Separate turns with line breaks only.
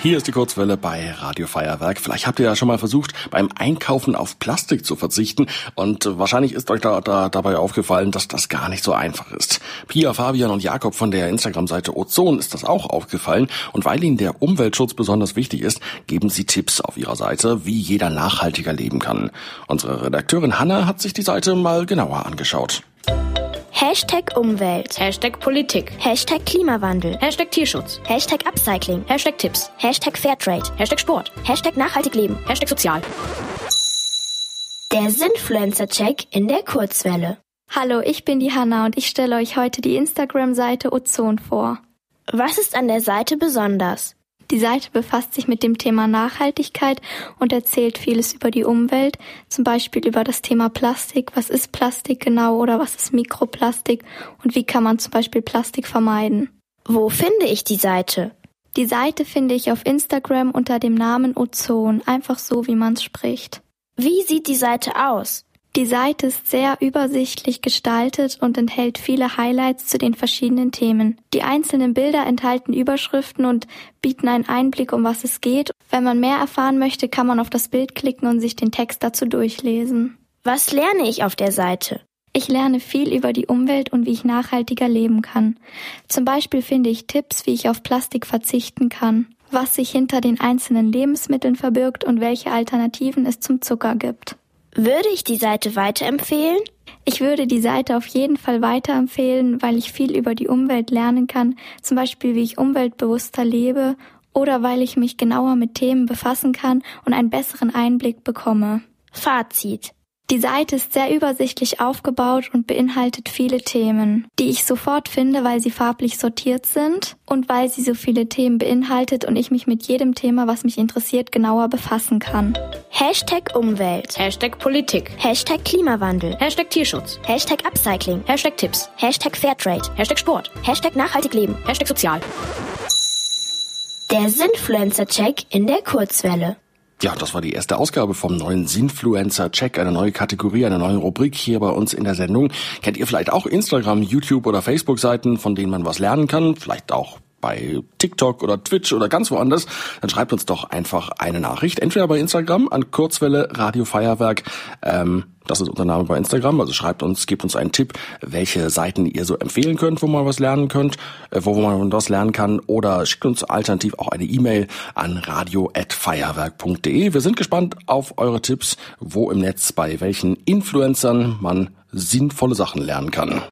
Hier ist die Kurzwelle bei Radio Feuerwerk. Vielleicht habt ihr ja schon mal versucht, beim Einkaufen auf Plastik zu verzichten und wahrscheinlich ist euch da, da, dabei aufgefallen, dass das gar nicht so einfach ist. Pia, Fabian und Jakob von der Instagram-Seite Ozon ist das auch aufgefallen und weil ihnen der Umweltschutz besonders wichtig ist, geben sie Tipps auf ihrer Seite, wie jeder nachhaltiger leben kann. Unsere Redakteurin Hanna hat sich die Seite mal genauer angeschaut.
Hashtag Umwelt.
Hashtag Politik.
Hashtag Klimawandel.
Hashtag Tierschutz.
Hashtag Upcycling.
Hashtag Tipps.
Hashtag Fairtrade.
Hashtag Sport.
Hashtag nachhaltig leben.
Hashtag Sozial.
Der Sinfluencer-Check in der Kurzwelle.
Hallo, ich bin die Hanna und ich stelle euch heute die Instagram-Seite Ozon vor.
Was ist an der Seite besonders?
Die Seite befasst sich mit dem Thema Nachhaltigkeit und erzählt vieles über die Umwelt, zum Beispiel über das Thema Plastik, was ist Plastik genau oder was ist Mikroplastik und wie kann man zum Beispiel Plastik vermeiden.
Wo finde ich die Seite?
Die Seite finde ich auf Instagram unter dem Namen Ozon, einfach so wie man es spricht.
Wie sieht die Seite aus?
Die Seite ist sehr übersichtlich gestaltet und enthält viele Highlights zu den verschiedenen Themen. Die einzelnen Bilder enthalten Überschriften und bieten einen Einblick, um was es geht. Wenn man mehr erfahren möchte, kann man auf das Bild klicken und sich den Text dazu durchlesen.
Was lerne ich auf der Seite?
Ich lerne viel über die Umwelt und wie ich nachhaltiger leben kann. Zum Beispiel finde ich Tipps, wie ich auf Plastik verzichten kann, was sich hinter den einzelnen Lebensmitteln verbirgt und welche Alternativen es zum Zucker gibt.
Würde ich die Seite weiterempfehlen?
Ich würde die Seite auf jeden Fall weiterempfehlen, weil ich viel über die Umwelt lernen kann, zum Beispiel wie ich umweltbewusster lebe oder weil ich mich genauer mit Themen befassen kann und einen besseren Einblick bekomme.
Fazit.
Die Seite ist sehr übersichtlich aufgebaut und beinhaltet viele Themen, die ich sofort finde, weil sie farblich sortiert sind und weil sie so viele Themen beinhaltet und ich mich mit jedem Thema, was mich interessiert, genauer befassen kann.
Hashtag Umwelt.
Hashtag Politik.
Hashtag Klimawandel.
Hashtag Tierschutz.
Hashtag Upcycling.
Hashtag Tipps.
Hashtag Fairtrade.
Hashtag Sport.
Hashtag nachhaltig leben.
Hashtag sozial.
Der Sinfluencer-Check in der Kurzwelle.
Ja, das war die erste Ausgabe vom neuen Sinfluencer Check, eine neue Kategorie, eine neue Rubrik hier bei uns in der Sendung. Kennt ihr vielleicht auch Instagram, YouTube oder Facebook Seiten, von denen man was lernen kann? Vielleicht auch bei TikTok oder Twitch oder ganz woanders, dann schreibt uns doch einfach eine Nachricht. Entweder bei Instagram an Kurzwelle Radio Feuerwerk. Ähm, das ist unser Name bei Instagram. Also schreibt uns, gebt uns einen Tipp, welche Seiten ihr so empfehlen könnt, wo man was lernen könnt, äh, wo man was lernen kann. Oder schickt uns alternativ auch eine E-Mail an radio.feuerwerk.de. Wir sind gespannt auf eure Tipps, wo im Netz bei welchen Influencern man sinnvolle Sachen lernen kann.